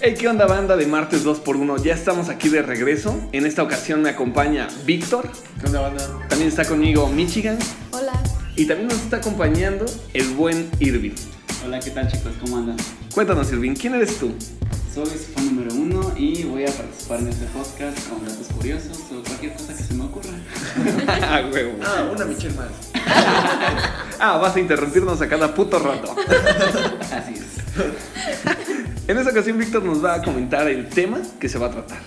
Hey, ¿qué onda banda de martes 2x1? Ya estamos aquí de regreso. En esta ocasión me acompaña Víctor. ¿Qué onda, banda? También está conmigo Michigan. Hola. Y también nos está acompañando el buen Irving. Hola, ¿qué tal chicos? ¿Cómo andan? Cuéntanos, Irving, ¿quién eres tú? Soy su fan número uno y voy a participar en este podcast con datos curiosos o cualquier cosa que se me ocurra. ah, huevo. Ah, una Michelle más. Ah, vas a interrumpirnos a cada puto rato. Así es. En esta ocasión, Víctor nos va a comentar el tema que se va a tratar.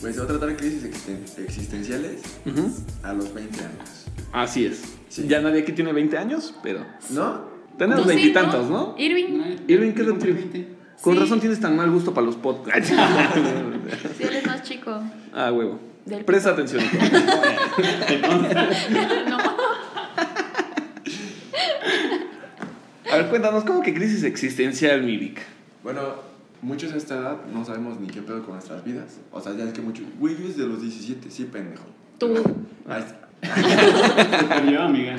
Pues se va a tratar crisis existen- existenciales Ujú. a los 20 años. Así es. Sí. Ya nadie aquí tiene 20 años, pero. ¿No? Tenemos Tú Pues sí, veintitantos, ¿no? Irving, Irving, ¿qué edad Cumplí tienes? 20. Con Sí. razón tienes tan mal gusto para los podcasts. si eres más chico. ah, huevo. Del- Presta atención. No. A ver, cuéntanos, ¿cómo que crisis existencial, mi Vic? Bueno, muchos a esta edad no sabemos ni qué pedo con nuestras vidas. O sea, ya es que muchos. Güey, yo desde los 17, sí, pendejo. Tú. Ahí está. Te perdió, amiga.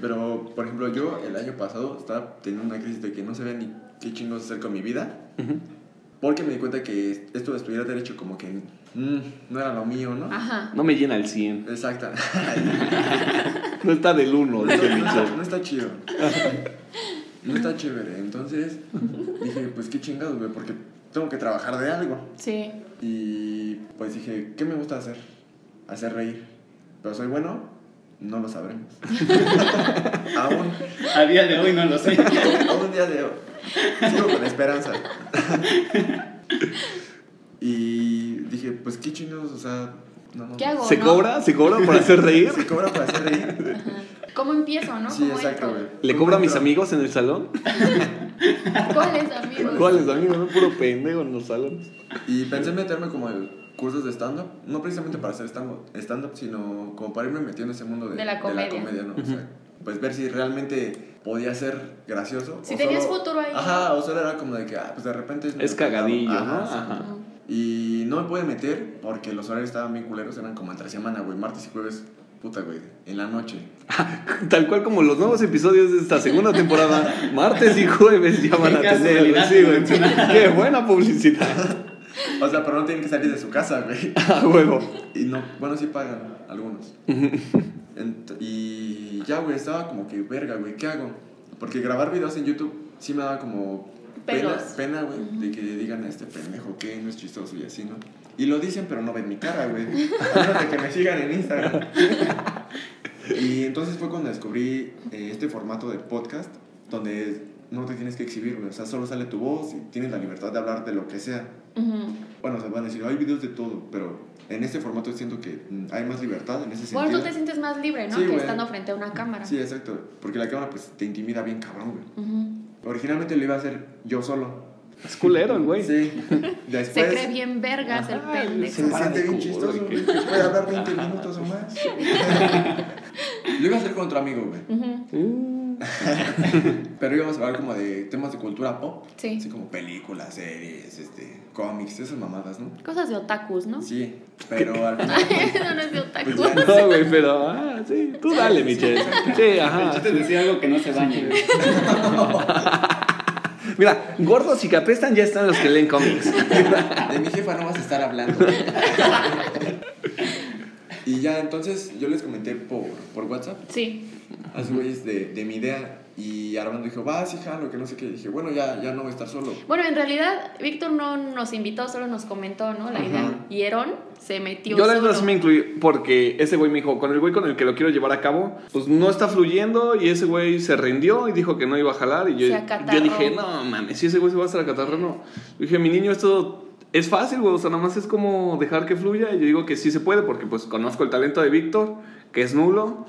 Pero, por ejemplo, yo el año pasado estaba teniendo una crisis de que no sabía ni qué chingos hacer con mi vida. Porque me di cuenta que esto de estudiar derecho como que mm, no era lo mío, ¿no? Ajá. No me llena el 100. Exacta. No está del 1, No, dice no Víctor. está- no está chido. No está chévere. Entonces dije, pues qué chingados, güey, porque tengo que trabajar de algo. Sí. Y pues dije, ¿qué me gusta hacer? Hacer reír. Pero soy bueno, no lo sabremos. aún, A día de hoy no lo sé. aún día de hoy. Sigo con esperanza. y dije, pues qué chingados, o sea, no, no. ¿Qué hago? ¿Se no? cobra? ¿Se cobra por hacer reír? Se cobra para hacer reír. Ajá. ¿Cómo empiezo, no? Sí, ¿Cómo exacto, güey. entro? ¿Le cobro a mis amigos en el salón? ¿Cuáles amigos? ¿Cuáles amigos? No, puro pendejo en los salones. Y pensé en meterme como en cursos de stand-up, no precisamente para hacer stand-up, stand-up, sino como para irme metiendo en ese mundo de, De la comedia. ¿no? O sea, pues ver si realmente podía ser gracioso. Si o tenías futuro ahí. Ajá, o solo era como de que, ah, pues de repente... medio Es cagadillo, ¿no? cagado. Ajá, sí. Ajá. Mm. Y no me pude meter porque los horarios estaban bien culeros, eran como entre semana, güey, martes y jueves, puta, güey, en la noche. Tal cual como los nuevos episodios de esta segunda temporada, martes y jueves ya van a Qué tener. casualidad, sí, güey. ¿no? Qué buena publicidad. O sea, pero no tienen que salir de su casa, güey. A huevo. Y no, bueno, sí pagan algunos. Ent- y ya, güey, estaba como que, verga, güey, ¿qué hago? Porque grabar videos en YouTube sí me daba como pena, Pelos. pena, güey, de que digan este pendejo que no es chistoso y así, ¿no? Y lo dicen, pero no ven mi cara, güey. A menos de que me sigan en Instagram. y entonces fue cuando descubrí eh, este formato de podcast donde no te tienes que exhibir, güey. O sea, solo sale tu voz y tienes la libertad de hablar de lo que sea. Ujú. Bueno, se van a decir, hay videos de todo, pero en este formato siento que mm, hay más libertad en ese sentido. Bueno, tú te sientes más libre, ¿no? Sí, que güey. estando frente a una cámara. Sí, exacto, porque la cámara pues te intimida bien cabrón, güey. Ujú. Originalmente lo iba a hacer yo solo. Es culero, el güey. Sí. Se Después cree bien vergas el Ajá, se pendejo. sí. me siente bien Culo, chistoso, ¿de güey. qué? que Puede hablar 20 minutos o más. lo iba a hacer con otro amigo, güey. Ujú. Uh, Pero íbamos a hablar como de temas de cultura pop. Sí. Así como películas, series, este, cómics, esas mamadas, ¿no? Cosas de otakus, ¿no? Sí. Pero al final Eso no es de otakus. Pues ya. No, güey, pero. Ah, sí. Tú dale, Michelle. Ah, Sí, El ajá. chiste es decir algo que no se bañe. Mira, gordos y que apestan ya están los que leen cómics. De mi jefa no vas a estar hablando. y ya entonces yo les comenté por, por WhatsApp Sí. a sus güeyes de, de mi idea. Y Armando dijo, va, sí, jalo, que no sé qué. Y dije, bueno, ya, ya no voy a estar solo. Bueno, en realidad, Víctor no nos invitó, solo nos comentó, ¿no? La idea. Y Herón se metió. Yo la solo. verdad sí me incluí porque ese güey me dijo, con el güey con el que lo quiero llevar a cabo, pues no está fluyendo y ese güey se rindió y dijo que no iba a jalar y yo, Se acatarró. yo dije, no mames, si ese güey se va a estar acatarrando. Le dije, mi niño, esto es fácil, güey, o sea, nada más es como dejar que fluya y yo digo que sí se puede porque pues conozco el talento de Víctor, que es nulo,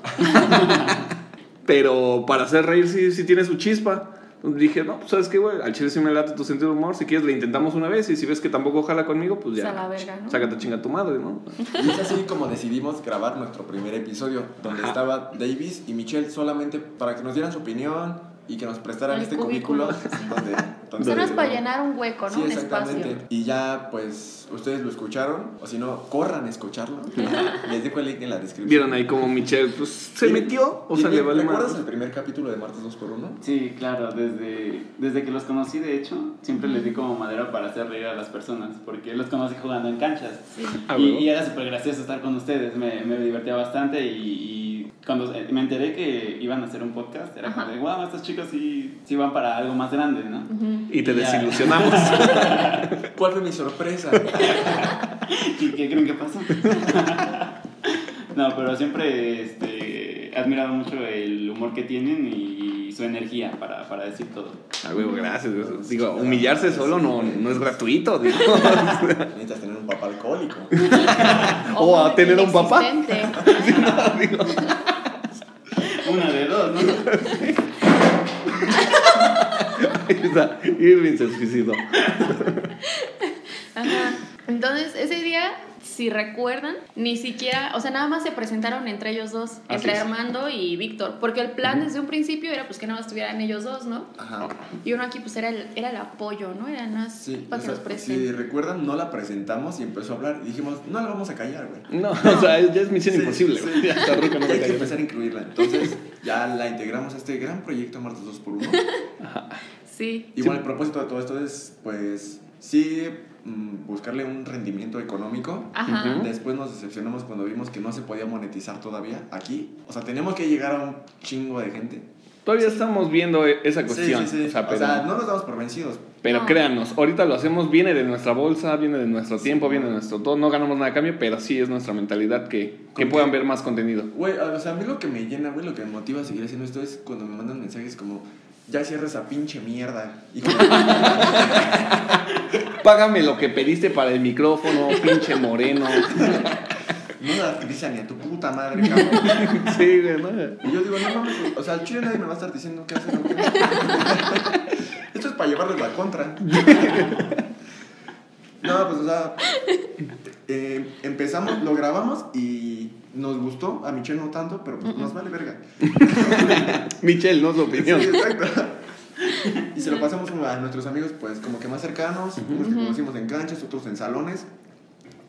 pero para hacer reír sí, sí tiene su chispa. Entonces dije, no, pues sabes qué, güey, al chile sí me late tu sentido de humor, si quieres le intentamos una vez y si ves que tampoco jala conmigo, pues ya. Pues a la verga, ¿no? Sácate a chinga tu madre, ¿no? Y es así como decidimos grabar nuestro primer episodio, donde estaba Davis y Michelle solamente para que nos dieran su opinión, y que nos prestaran El este cubículo. cubículo. donde, donde- Solo es para llenar un hueco, ¿no? Sí, un espacio. exactamente. Y ya, pues, ustedes lo escucharon, o si no, corran a escucharlo. Les dejo el link en la descripción. Vieron ahí como Michelle, pues, se Y- metió, o sea, y- le vale ¿Recuerdas más. el primer capítulo de Martes 2x1? Sí, claro, desde, desde que los conocí, de hecho, siempre les di como madera para hacer reír a las personas, porque los conocí jugando en canchas. Ah, Y, huevo. y era súper gracioso estar con ustedes, me, me divertía bastante y, y cuando eh, me enteré que iban a hacer un podcast, era como Ajá. de, wow, estos chicos sí, sí van para algo más grande, ¿no? Ujú. Y te Ya. desilusionamos. ¿Cuál fue mi sorpresa? ¿Y qué creen que pasó? no, pero siempre este, he admirado mucho el humor que tienen y su energía para, para decir todo. Ah, huevo, gracias. güey. Digo, humillarse solo no, no es gratuito. digo. Necesitas tener un papá alcohólico. O a muy tener un papá. inexistente. Una de dos, ¿no? Ahí está, Irving se suicidó. Ajá. Entonces, ese día, si recuerdan, ni siquiera, o sea, nada más se presentaron entre ellos dos, entre es. Armando y Víctor, porque el plan desde un principio era pues que nada más estuvieran ellos dos, ¿no? Ajá. Y uno aquí pues era el, era el apoyo, ¿no? Era nada más Sí, para que o sea, los si presenten. recuerdan, no la presentamos y empezó a hablar. Y dijimos, no la vamos a callar, güey. No, o sea, ya es misión Sí, imposible. sí. güey. Ya está rico, no me Ya hay que caigo. empezar a incluirla. Entonces, ya la integramos a este gran proyecto Martes 2x1. Sí. Igual, el propósito de todo esto es, pues, sí, mm, buscarle un rendimiento económico. Ajá. Ujú. Después nos decepcionamos cuando vimos que no se podía monetizar todavía aquí. O sea, tenemos que llegar a un chingo de gente. Todavía estamos viendo e- esa cuestión. Sí, sí, sí. O sea, pero, no nos damos por vencidos. pero No. créanos, ahorita lo hacemos, viene de nuestra bolsa, viene de nuestro tiempo, viene de nuestro todo. No ganamos nada a cambio, pero sí es nuestra mentalidad que, que ¿Con puedan qué? ver más contenido. Güey, o sea, a mí lo que me llena, güey, lo que me motiva a seguir haciendo esto es cuando me mandan mensajes como, ya cierra esa pinche mierda. Y como, Págame lo que pediste para el micrófono, pinche moreno. no das prisa ni a tu puta madre, cabrón. Sí, güey, ¿no? Y yo digo, no mames, güey, o sea, al chile nadie me va a estar diciendo qué hacer. o qué no. Esto es para llevarles la contra. No, pues, o sea, eh, empezamos, lo grabamos y nos gustó. A Michelle no tanto, pero pues nos vale verga. Michelle, no es la opinión. Sí, exacto. Y se lo pasamos a nuestros amigos, pues, como que más cercanos, unos que conocimos en canchas, otros en salones.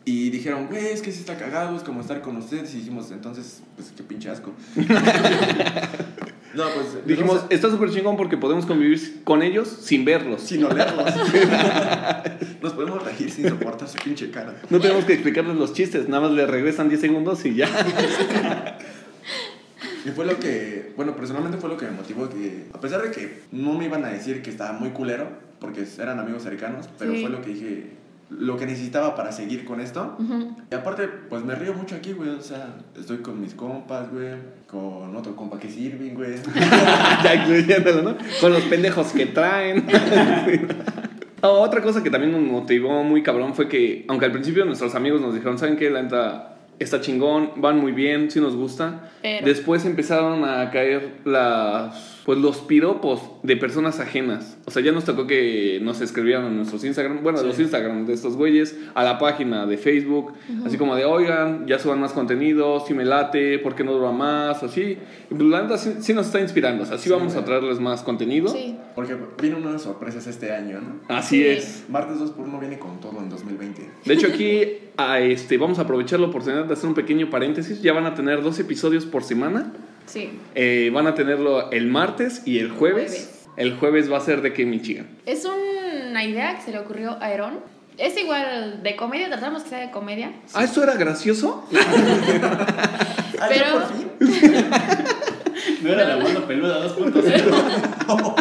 Y dijeron, güey, es que sí está cagado, es como estar con ustedes. Y dijimos, entonces, pues, qué pinche asco. no, pues, Dijimos, entonces, está súper chingón porque podemos convivir con ellos sin verlos. sin olerlos. Nos podemos reír sin soportar su pinche cara. No tenemos que explicarles los chistes, nada más le regresan 10 segundos y ya. Y fue lo que, bueno, personalmente fue lo que me motivó que, a pesar de que no me iban a decir que estaba muy culero, porque eran amigos cercanos, pero Sí. fue lo que dije, lo que necesitaba para seguir con esto. Ujú. Y aparte, pues me río mucho aquí, güey, o sea, estoy con mis compas, güey, con otro compa que es Irving, güey. ya incluyéndolo, ¿no? Con los pendejos que traen. Sí. No, otra cosa que también nos motivó muy cabrón fue que, aunque al principio nuestros amigos nos dijeron, ¿saben qué? La neta está chingón, van muy bien, sí nos gusta. Pero- Después empezaron a caer las, pues, los piropos de personas ajenas. O sea, ya nos tocó que nos escribieran a nuestros Instagram, bueno, a los Sí. Instagram de estos güeyes, a la página de Facebook, así como de, oigan, ya suban más contenido, si me late, ¿por qué no dura más? Así. Y pues, la neta sí, sí nos está inspirando, o sea, sí, Sí, vamos güey. a traerles más contenido. Sí. Porque vienen unas sorpresas este año, ¿no? Así Sí. es. Martes 2x1 viene con todo en 2020. De hecho, aquí a este, vamos a aprovechar la oportunidad de hacer un pequeño paréntesis. Ya van a tener dos episodios por semana. Sí. Eh, van a tenerlo el martes y el jueves. El jueves va a ser de que Michigan. Es una idea que se le ocurrió a Aerón. Es igual de comedia, tratamos que sea de comedia. Ah, ¿esto era gracioso? Ah, ya Pero- por fin. No era la mano peluda 2.0.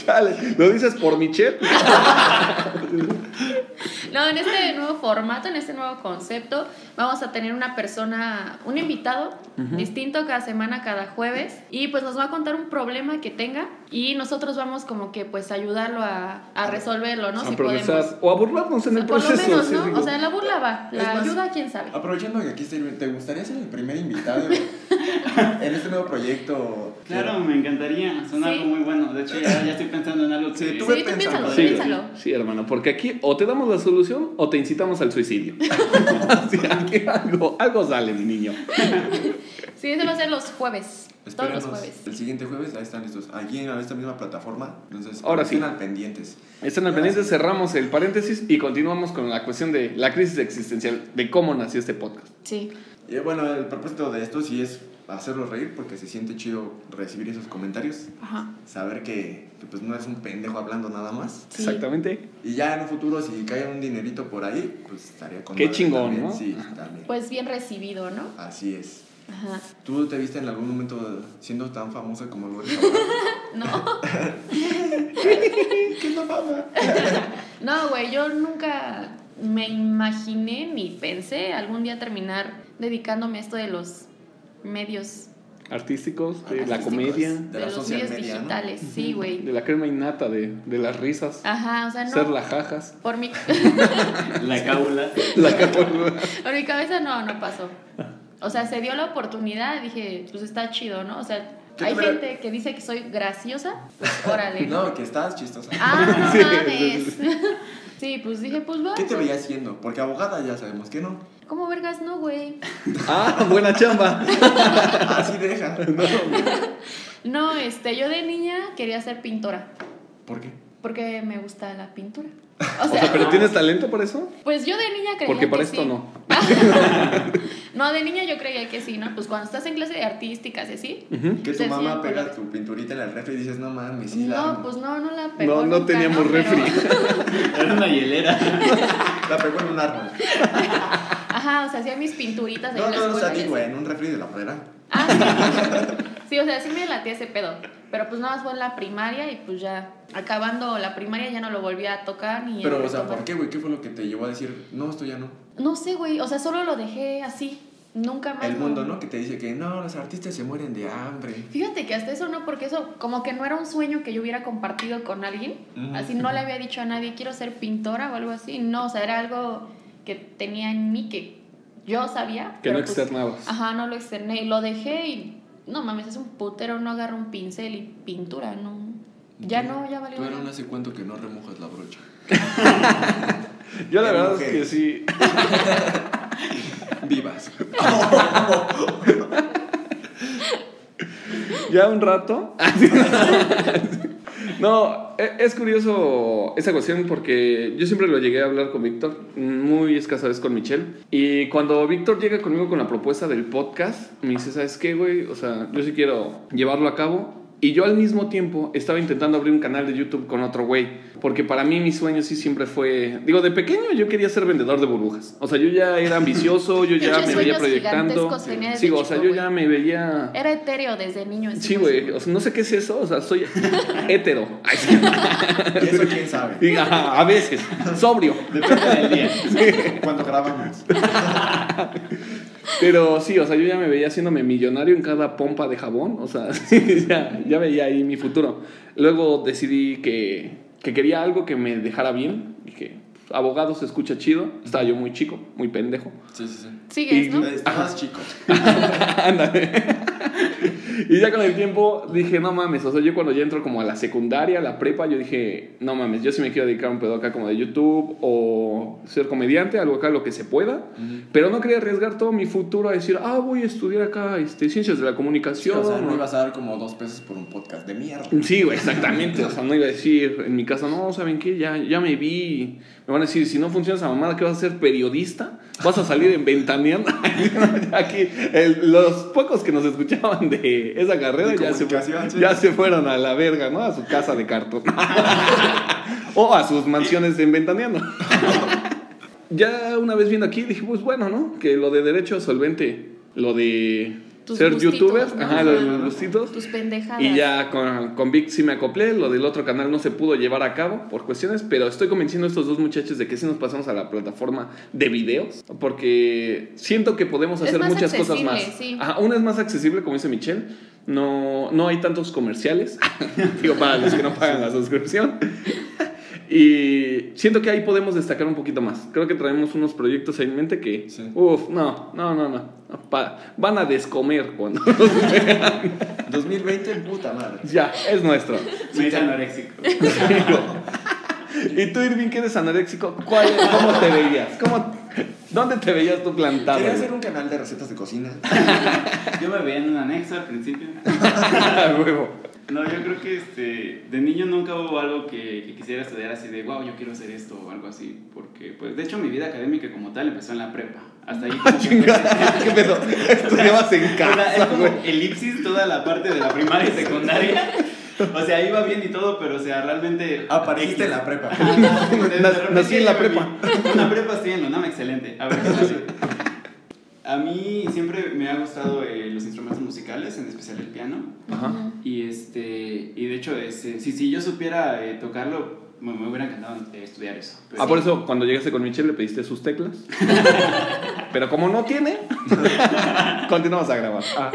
Chale, ¿lo dices por Michelle? Ah, No, en este nuevo formato, en este nuevo concepto, vamos a tener una persona, un invitado distinto cada semana, cada jueves, y pues nos va a contar un problema que tenga y nosotros vamos como que pues ayudarlo a, a resolverlo, ¿no? a progresar. O a burlarnos en O el sea, por proceso. lo menos, sí, ¿no? digo. O sea, la burla va, la Es más- ayuda quién sabe. Aprovechando que aquí está Irving, ¿te gustaría ser el primer invitado güey? en este nuevo proyecto? Claro, me encantaría. Suena Sí. algo muy bueno. De hecho, ya, ya estoy pensando en algo que... Sí, tú Sí, tú pensando, ¿eh? piénsalo, Sí, piénsalo. sí, hermano, porque aquí o te damos la solución o te incitamos al suicidio. Así, aquí algo, algo sale, mi niño. Sí, eso va a ser los jueves. Todos los Esperemos jueves. el siguiente jueves, ahí están listos. Aquí en esta misma plataforma. Entonces, Ahora sí. estén al pendientes. Están al pendiente, cerramos el paréntesis y continuamos con la cuestión de la crisis existencial, de cómo nació este podcast. Sí. Y bueno, el propósito de esto sí es hacerlos reír porque se siente chido recibir esos comentarios. Ajá. Saber que, que, pues no es un pendejo hablando nada más. Sí. Exactamente. Y ya en un futuro, si cae un dinerito por ahí, pues estaría con Qué madre chingón, también. ¿no? Sí, también. Pues bien recibido, ¿no? Así es. Ajá. ¿Tú te viste en algún momento siendo tan famosa como lo eres ahora? No, ¿Qué es la fama? no, güey, yo nunca me imaginé ni pensé algún día terminar dedicándome a esto de los medios Artísticos, de la artísticos, comedia, De de, la los social medios media, ¿no? digitales, sí, güey. de la crema innata, de, de las risas, Ajá, o sea, no. ser las jajas. Por mi, La cábula. La capa- por mi cabeza no, no pasó. O sea, se dio la oportunidad, dije, pues está chido, ¿no? O sea, ¿Qué hay te hubiera- gente que dice que soy graciosa, pues órale. No, que estás chistosa. Ah, no Sí, sí, mames. Sí, pues dije, pues va. ¿Qué te veías siendo? Porque abogada ya sabemos que no. ¿Cómo vergas no, güey? Ah, buena chamba. Así deja. No, este, yo de niña quería ser pintora, ¿Por qué? porque me gusta la pintura. O O sea, sea, pero ¿tienes talento para eso? pues yo de niña creía Porque para que esto sí. no. No, de niña yo creía que sí, ¿no? Pues cuando estás en clase de artísticas y así. Ujú. Que Te tu mamá enseñan pega colores. tu pinturita en el refri y dices, no mames, sí la No, amo". pues no, no la pegó No, no nunca, teníamos ¿no? Pero- refri. Era una hielera. La pegó en un árbol. Ajá, o sea, hacía mis pinturitas ahí No, en la no, o sea, escuela y digo, así. en un refri de la pradera. Ah, sí. Sí, o sea, sí me latía ese pedo. Pero pues nada más fue en la primaria y pues ya, acabando la primaria ya no lo volví a tocar ni a Pero, o sea, retomar. ¿por qué, güey? ¿Qué fue lo que te llevó a decir, no, esto ya no? No sé, güey, o sea, solo lo dejé así. Nunca más. El lo- mundo, ¿no? Que te dice que, no, los artistas se mueren de hambre. Fíjate que hasta eso no, porque eso como que no era un sueño que yo hubiera compartido con alguien. Ujú. Así no le había dicho a nadie, quiero ser pintora o algo así. No, o sea, era algo que tenía en mí que yo sabía. Que no pero pues- externabas. Ajá, no lo externé y lo dejé y no mames, es un putero, no agarro un pincel y pintura, no. Ya no, ya valió. Tú eran verga. hace cuánto que no remojas la brocha. Yo la En verdad es mujeres. que sí. Vivas. Ya un rato. No, e- es curioso esa cuestión porque yo siempre lo llegué a hablar con Víctor, muy escasa vez con Michelle. Y cuando Víctor llega conmigo con la propuesta del podcast, me dice, ¿sabes qué, güey? O sea, yo sí quiero llevarlo a cabo. Y yo al mismo tiempo estaba intentando abrir un canal de YouTube con otro güey, porque para mí mi sueño sí siempre fue, digo, de pequeño yo quería ser vendedor de burbujas. O sea, yo ya era ambicioso, yo ya Pinches me veía sueños proyectando. gigantescos tenía desde Sí, o sea, chico, yo güey. ya me veía Era etéreo desde niño. ese Sí, güey. güey, o sea, no sé qué es eso, o sea, soy hétero. Ay, sí. Y eso quién sabe. Y, ajá, a veces, sobrio. Depende del día. Cuando grabamos. Pero sí, o sea, yo ya me veía haciéndome millonario en cada pompa de jabón, o sea, sí, ya, ya veía ahí mi futuro. Luego decidí que, que quería algo que me dejara bien, y que pues, abogado se escucha chido, estaba yo muy chico, muy pendejo. Sí, sí, sí. Sigues, ¿no? Estabas chico. Ándale. Y ya con el tiempo dije, no mames, o sea, yo cuando ya entro como a la secundaria, a la prepa, yo dije, no mames, yo sí me quiero dedicar a un pedo acá como de YouTube o ser comediante, algo acá lo que se pueda, pero no quería arriesgar todo mi futuro a decir, ah, voy a estudiar acá este, ciencias de la Sí, comunicación. o sea, no ibas a dar como dos pesos por un podcast de mierda. Sí, güey, exactamente. O sea, no iba a decir en mi casa, no, ¿saben qué? Ya, ya me vi. Me van a decir, si no funciona esa mamada, ¿qué vas a ser periodista? ¿Vas a salir en ventaneando? Aquí, el- los pocos que nos escuchaban de esa carrera De ya, se, comunicación, sí. ya se fueron a la verga, ¿no? A su casa de cartón. o a sus mansiones en ventaneando. ya una vez viendo aquí, dije, pues bueno, ¿no? Que lo de derecho solvente, lo de Tus ser gustitos, youtuber, ¿no? ajá, lo de Ajá. los gustitos. Tus pendejadas. Y ya con, con Vic sí me acoplé, lo del otro canal no se pudo llevar a cabo por cuestiones, pero estoy convenciendo a estos dos muchachos de que sí nos pasamos a la plataforma de videos, porque siento que podemos Es hacer más muchas cosas accesible, más. sí. Ajá, una es más accesible, como dice Michelle, no, no hay tantos comerciales, digo, para los que no pagan la suscripción. Y siento que ahí podemos destacar un poquito más. Creo que traemos unos proyectos ahí en mente que, Sí. uff, no, no, no, no, pa- van a descomer cuando 2020, puta madre. ya es nuestro. Me hice anoréxico. Y tú, Irving, que eres anoréxico, ¿cuál, ¿cómo te veías? ¿Cómo, ¿Dónde te veías tú plantado? Quería güey? hacer un canal de recetas de cocina. Yo me veía en un anexo al principio. Ah, huevo. No, yo creo que este, de niño nunca hubo algo que, que quisiera estudiar así de, wow, yo quiero hacer esto o algo así. Porque, pues, de hecho, mi vida académica como tal empezó en la prepa. Hasta ahí. como que- Chingada, ¿Qué pedo? Estudiabas en O sea, es casa, como güey. elipsis toda la parte de la primaria y secundaria. O sea, iba bien y todo, pero o sea, realmente. Apareciste en la prepa. Ajá, de- de Nac- repente nací en la yo prepa. vi- En la prepa estoy en la UNAM, excelente. A ver, ¿qué tal? A mí siempre me ha gustado eh, los instrumentos musicales, en especial el piano. Ajá. Y este y de hecho, este, si, si yo supiera eh, tocarlo, me, me hubiera encantado eh, estudiar eso. Pero- Ah, por eso cuando llegaste con Michelle le pediste sus teclas. Pero como no tiene, continuamos a grabar. Ah,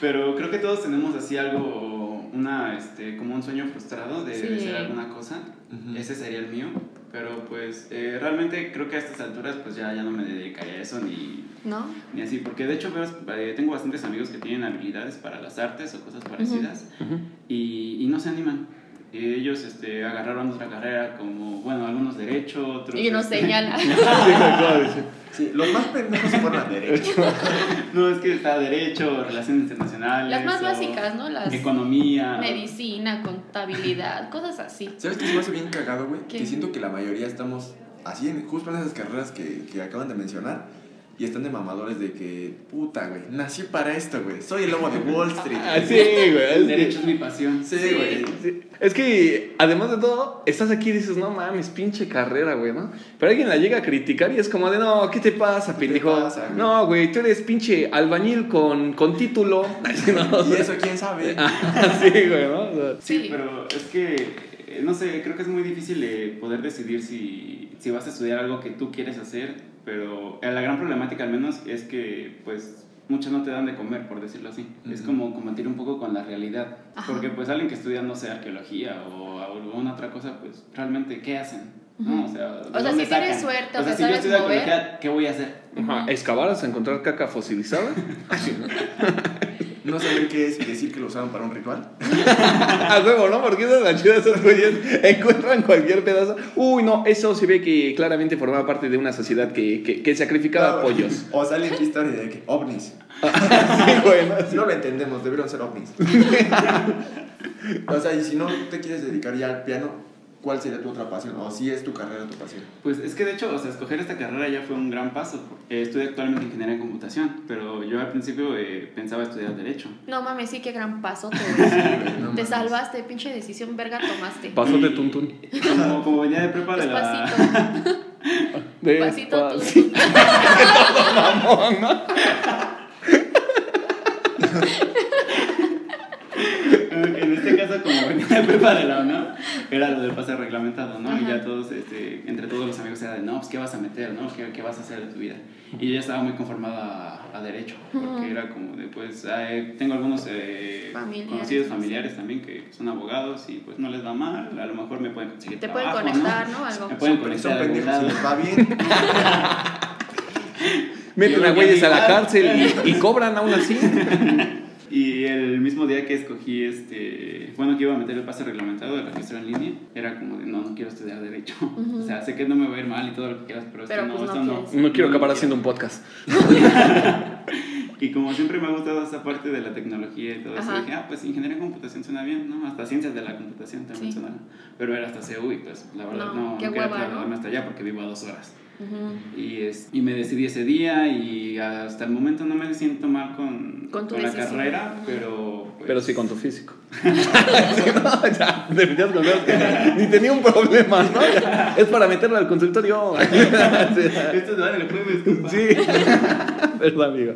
Pero creo que todos tenemos así algo, una, este, como un sueño frustrado de, de Sí. ser alguna cosa. Ujú. Ese sería el mío. Pero pues eh, realmente creo que a estas alturas pues ya, ya no me dedicaría a eso ni, ¿No? ni así. Porque de hecho veo, eh, tengo bastantes amigos que tienen habilidades para las artes o cosas parecidas ujú. y, y no se animan. Y ellos este, agarraron otra carrera como, bueno, algunos derecho, otros... Y nos este, señala. Sí, los más pendejos se fueron a derecho. este, No, es que está derecho, relaciones internacionales. Las más o básicas, ¿no? Las Economía. medicina, contabilidad, cosas así. ¿Sabes qué se me hace bien cagado, güey? ¿Qué? Que siento que la mayoría estamos así, en, justo en esas carreras que, que acaban de mencionar. Y están de mamadores de que, puta, güey, nací para esto, güey. Soy el lobo de Wall Street. Ah, sí, güey. El es- derecho es mi pasión. Sí, güey. Sí, Es que, además de todo, estás aquí y dices, no mames, pinche carrera, güey, ¿no? Pero alguien la llega a criticar y es como de, no, ¿qué te pasa, ¿Qué te pendejo? pasa, güey? no, güey, tú eres pinche albañil con, con título. No, o Y sea, eso quién sabe. Ah. sí, güey, ¿no? O sea, Sí, Sí. pero es que, eh, no sé, creo que es muy difícil eh, poder decidir si, si vas a estudiar algo que tú quieres hacer, pero eh, la gran problemática al menos es que, pues, muchos no te dan de comer, por decirlo así. Es Ujú. como combatir un poco con la realidad, Ajá. porque pues alguien que estudia, no sé, arqueología o alguna otra cosa, pues, realmente, ¿qué hacen? ¿No? O sea, ¿de O sea, dónde si tienes sacan? suerte, o sea, te si yo sabes estudio mover. arqueología, ¿qué voy a hacer? ajá, ¿Excavar hasta encontrar caca fosilizada? No saber qué es y decir que lo usaron para un ritual. A huevo, ¿no? Porque esas las chidas esas güeyes. Encuentran cualquier pedazo. Uy, no, eso se ve que claramente formaba parte de una sociedad que, que, que sacrificaba No, pollos. O sale en historia de que ovnis. Sí, güey, ¿no? No lo entendemos, debieron ser ovnis. o sea, y si no te quieres dedicar ya al piano, ¿cuál sería tu otra pasión? O si es tu carrera tu pasión. Pues es que de hecho, o sea, escoger esta carrera ya fue un gran paso. Eh, estudio actualmente ingeniería en computación, pero yo al principio eh, pensaba estudiar derecho. No mames, sí, qué gran paso. te voy a decir. No Te mames. salvaste, pinche decisión verga tomaste. Paso de Y tuntún. Como, como venía de prepa de la... Despacito, De- despacito tú. mamón, ¿no? En este caso, como venía de prepa de la UNAM, era lo del pase reglamentado, ¿no? Y Ajá. ya todos, este, entre todos los amigos era de, no, pues ¿qué vas a meter, no? ¿Qué, qué vas a hacer de tu vida? Y yo ya estaba muy conformado a, a derecho, porque Ujú. era como de, pues, ah, eh, tengo algunos eh, Familiares, conocidos sí. familiares también que son abogados y pues no les va mal, a lo mejor me pueden conseguir Te pueden trabajo, conectar, ¿no? Algo. Me pueden Porque son conectar a algún pendejos y lado. les va bien. Meten Yo a creo que güeyes a la igual. cárcel y, y cobran aún así. Y el mismo día que escogí este, bueno, que iba a meter el pase reglamentado del registro en línea, era como de, no, no quiero estudiar derecho. O sea, sé que no me va a ir mal y todo lo que quieras, pero, esto Pero, no, pues, no esto no. quieres. No quiero lo acabar quiero. haciendo un podcast. Y como siempre me ha gustado esa parte de la tecnología y todo eso, Ajá. dije, ah, pues ingeniería en computación suena bien, ¿no? Hasta ciencias de la computación también Sí. suena. Pero era hasta CU y pues la verdad No, no, no qué quería hueva, ¿no? trasladarme hasta allá porque vivo a dos horas. Ujú. Y, es, y me decidí ese día y hasta el momento no me siento mal con, Con tu la decisión. carrera, pero... pues, Pero sí con tu físico. Sí, no, ya, te metías con cosas que ni tenía un problema, ¿no? Ya, es para meterlo al consultorio. Esto es vale, el jueves, compa. Sí. ¿Verdad, amigo?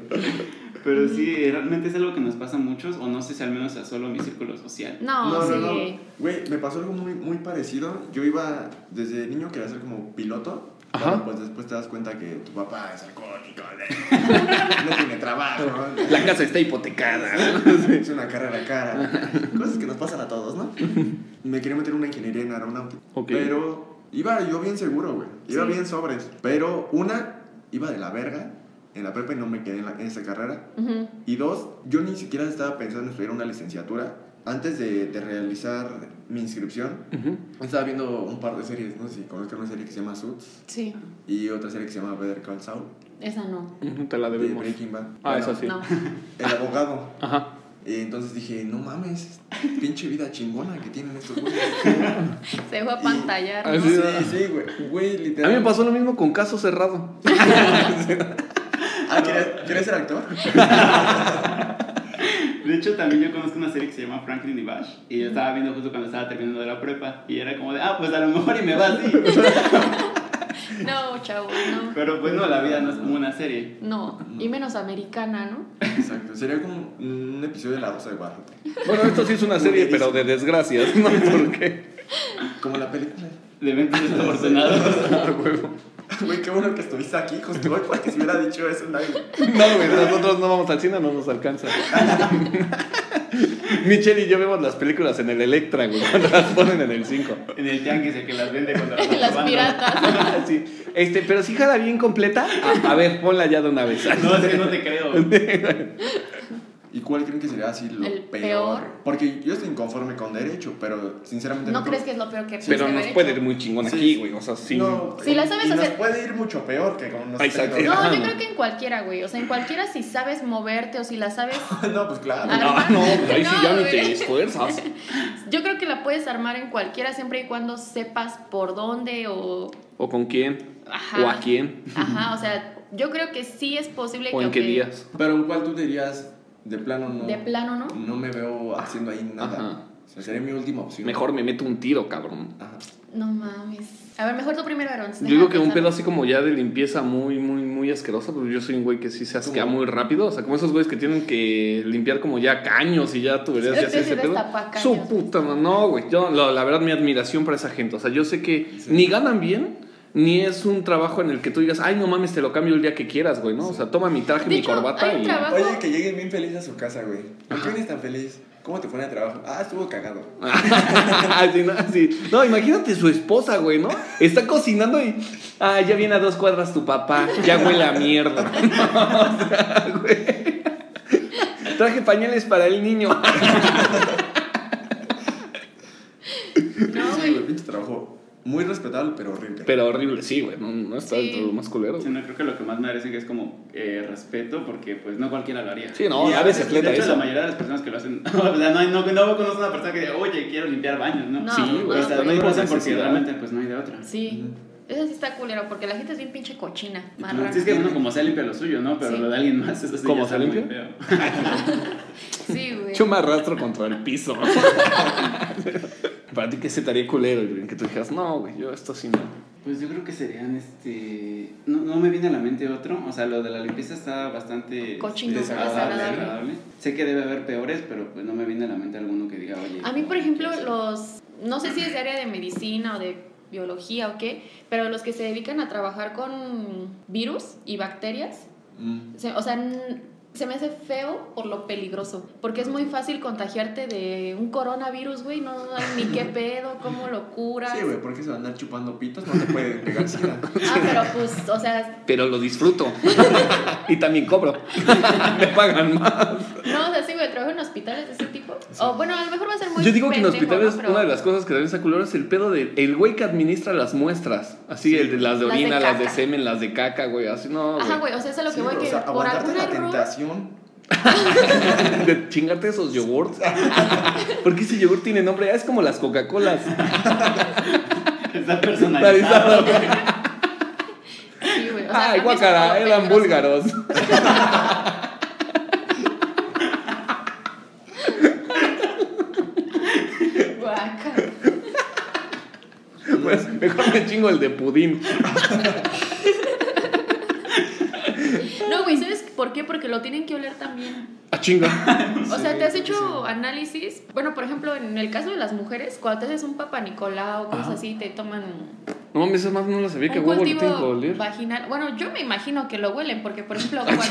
Pero sí, eh, realmente es algo que nos pasa a muchos, o no sé si al menos a solo mi círculo social. No, No, no, sí. no. Güey, me pasó algo muy, muy parecido. Yo iba, desde niño quería ser como piloto. Ajá. Pero pues después te das cuenta que tu papá es alcohólico, no tiene trabajo, La casa está hipotecada. es una carrera cara. Cosas que nos pasan a todos, ¿no? Me quería meter una ingeniería en aeronáutica. Ok. Pero iba yo bien seguro, güey. Iba Sí. bien sobres. Pero una, iba de la verga en la prepa y no me quedé en, la- en esa carrera. Ujú. Y dos, yo ni siquiera estaba pensando en estudiar una licenciatura. antes de, de realizar mi inscripción, Ujú. estaba viendo un par de series, no sé si conozcan una serie que se llama Suits Sí, y otra serie que se llama Better Call Saul, esa no. Ujú, Te la de debemos. Breaking Bad. Ah, Bueno, esa sí. No. El abogado. Ajá. Y entonces dije, no mames, pinche vida chingona que tienen estos güeyes. Se fue a pantallar. Ah, ¿no? sí. Sí, sí, güey. Güey, A literal. mí me pasó lo mismo con Caso Cerrado. Ah, ¿quieres, quieres ser actor? De hecho, también yo conozco una serie que se llama Franklin y Bash. Y yo estaba viendo justo cuando estaba terminando de la prepa. Y era como de, ah, pues a lo mejor y me va así. No, chavo, no. Pero pues no, la vida no es como una serie. No, y menos americana, ¿no? Exacto. Sería como un episodio de La Rosa de Guadalupe. Bueno, esto sí es una serie, pero de desgracias, ¿no? Porque. Como la película. De eventos desafortunados. A Ah, huevo. Güey, qué bueno que estuviste aquí, justo hoy, porque si hubiera dicho eso nadie. No, güey, nosotros no vamos al cine, no nos alcanza. Michelle y yo vemos las películas en el Electra, güey, cuando las ponen en el 5. En el tianguis, el que las vende cuando las Las acaban. piratas. Sí. Este, pero si jala bien completa, a, a ver, ponla ya de una vez. No, es que no te creo. ¿Y cuál creen que sería así lo El peor? peor. Porque yo estoy inconforme con derecho, pero sinceramente ¿No creo- crees que es lo peor que pudiste Pero nos haber puede hecho? ir muy chingón Sí. aquí, güey. O sea, sí. No, Si la sabes y nos hacer- puede ir mucho peor que como nos Ay, exacto. está No, Ajá, yo no. creo que en cualquiera, güey. O sea, en cualquiera si sabes moverte o si la sabes. yendo. No, pues claro. Ah. Ah, no, ahí sí ya No, ni güey. te esfuerzas. Yo creo que la puedes armar en cualquiera siempre y cuando sepas por dónde o. ¿O con quién? Ajá. ¿O a quién? Ajá, o sea, yo creo que sí es posible ¿O que. en qué aunque- días? Pero ¿cuál tú dirías de plano no? De plano, ¿no? No me veo haciendo ahí nada. Ajá. O sea, sería mi última opción. Mejor me meto un tiro, cabrón. Ajá. No mames. A ver, mejor tú primero, Aaron. Yo digo que un pedo pedazo así como ya de limpieza muy, muy, muy asqueroso, pero yo soy un güey que sí se asquea ¿Cómo? muy rápido. O sea, como esos güeyes que tienen que limpiar como ya caños y ya tuberías Sí, y así sí, ese sí, pedo. destapacaños. Su puta, madre. no, güey. Yo, la, la verdad, mi admiración para esa gente. O sea, yo sé que Sí. ni ganan bien. Ni es un trabajo en el que tú digas, ay, no mames, te lo cambio el día que quieras, güey, ¿no? O sea, toma mi traje, De mi hecho, corbata hay un y. trabajo- Oye, que lleguen bien feliz a su casa, güey. ¿Por qué vienes tan feliz? ¿Cómo te fue en el trabajo? Ah, estuvo cagado. Así, ¿no? Así. No, imagínate su esposa, güey, ¿no? Está cocinando y. Ah, ya viene a dos cuadras tu papá. Ya huele a mierda. No, o sea, güey. Traje pañales para el niño. No, sí, güey. güey, pinche trabajo. Muy respetable, pero horrible. Pero horrible, sí, güey. No, no está Sí. dentro de lo más culero. Sí, güey. no, creo que lo que más me parece que es como eh, respeto, porque pues no cualquiera lo haría. Sí, no, Y a veces de fleta hecho, eso. la mayoría de las personas que lo hacen, o sea, no, hay- no, no conozco a una persona que diga, oye, quiero limpiar baños, ¿no? No, Sí, güey, O no, sea, no güey. hay por cosa porque necesidad. realmente pues no hay de otra. Sí. Eso sí está culero, porque la gente es bien pinche cochina. Y tú marrana. Sí, es que uno como sea limpia lo suyo, ¿no? Pero Sí. lo de alguien más, eso sí ¿Cómo ya se está muy limpia? feo. Sí, güey. Yo me arrastro contra el piso. Para ti, que se estaría culero, güey? Que tú dijeras, no, güey, yo esto sí no. Pues yo creo que serían, este... No, no me viene a la mente otro. O sea, lo de la limpieza está bastante... Cochino, desagradable, desagradable. agradable. Sé que debe haber peores, pero pues no me viene a la mente alguno que diga, oye... A mí, por ¿qué ejemplo, hacer? los. No sé si es de área de medicina o de biología o qué, pero los que se dedican a trabajar con virus y bacterias, Mm. se- o sea, n- se me hace feo por lo peligroso, porque es muy fácil contagiarte de un coronavirus, güey, no hay ni qué pedo, cómo lo curas. Sí, güey, porque se van a andar chupando pitos, no te puede pegar sida. ah, pero pues, o sea, Pero lo disfruto. y también cobro. me pagan más. no, o sea, sí, güey, trabajo en hospitales de ese tipo. O bueno, a lo mejor va a ser muy Yo digo que en pendejo, hospitales ¿no? Pero una de las cosas que también está culero es el pedo del güey que administra las muestras. Así, el de las de Las de orina, las de, caca. semen, las de caca, güey. Así no, Ajá, güey. güey, o sea, eso es a lo que Sí, voy, o que sea, por aguantarte algún la error... tentación. De chingarte esos yogurts. Porque ese yogurt tiene nombre, Ah, es como las Coca-Colas. Está personalizado. Sí, güey, o sea, Ay, eh, a mí eso es guacara, algo eran peligroso. búlgaros. Guácala. Pues, mejor me chingo el de pudín. No, güey, ¿sabes por qué? Porque lo tienen que oler también. Ah, chinga. O Sí, sea, ¿te has hecho sí. análisis? Bueno, por ejemplo, en el caso de las mujeres, cuando te haces un papá Nicolau, cosas Ajá. así, te toman No mames, esas más no las sabía que un huevo le tengo que cultivo oler. Ah, vaginal. Bueno, yo me imagino que lo huelen, porque, por ejemplo, cuando...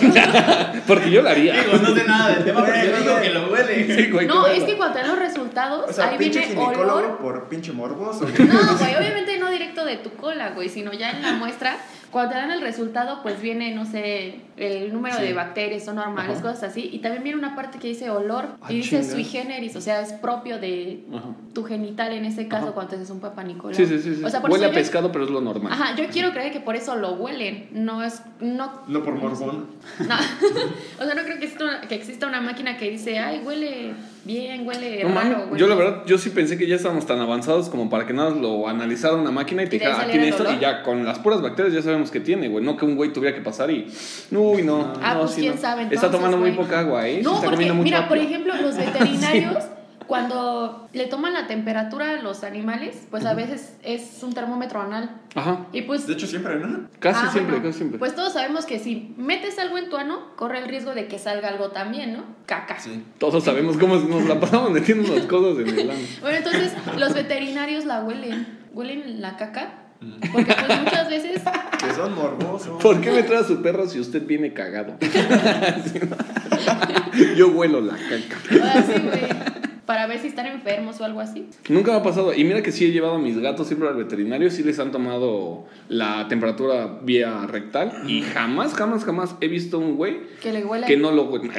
Porque yo la haría. Digo, no sé nada del tema, pero yo Güey, digo güey. que lo huele. Sí, güey, No, qué es pedo. que cuando te dan los resultados, O sea, ahí pinche viene ginecólogo olor. por pinche morboso. No, güey, obviamente no directo de tu cola, güey, sino ya en la muestra, cuando te dan el resultado, pues viene, no sé, el número Sí. de bacterias, son normales, Ajá. cosas así. Y también viene una parte que dice olor Ah, y dice chinga. sui generis, o sea, es propio de Ajá. tu genital en ese caso Ajá. cuando te haces un papá Nicolás. Sí, sí, sí. sí. O sea, por Huele eso a yo- pescado, pero es lo normal. Ajá, yo quiero creer que por eso lo huelen, no es no No por morbón. no. o sea, no creo que exista, una, que exista una máquina que dice, ay, huele bien, huele No raro. mames, huele-". yo la verdad, yo sí pensé que ya estábamos tan avanzados como para que nada más lo analizara una máquina y te ¿Y de dijera, ahí ah, saliera tiene el esto, y olor? ya con las puras bacterias ya sabemos que tiene, güey. No que un güey tuviera que pasar y. Uy, no. Ah, no, pues, sí, quién no. sabe, Está entonces, tomando muy güey. poca agua, ¿eh? No, Se está porque, comiendo muy mira, por rápios. ejemplo, los veterinarios, cuando le toman la temperatura a los animales, pues a veces es un termómetro anal. Ajá. Y pues. De hecho, siempre, ¿no? Casi ah, siempre, bueno, casi siempre. Pues todos sabemos que si metes algo en tu ano, corre el riesgo de que salga algo también, ¿no? Caca. Sí. Todos sabemos cómo nos la pasamos metiendo las cosas en el ano. Bueno, entonces los veterinarios la huelen. Huelen la caca. Mm. Porque pues muchas veces Que son morbosos. ¿Por qué me trae a su perro si usted viene cagado? Sí, ¿no? Yo huelo la caca. Ahora sí, güey. Para ver si están enfermos o algo así. Nunca me ha pasado. Y mira que sí he llevado a mis gatos siempre al veterinario, sí les han tomado la temperatura vía rectal. Y jamás, jamás, jamás he visto un güey Que le huele. que no lo huele.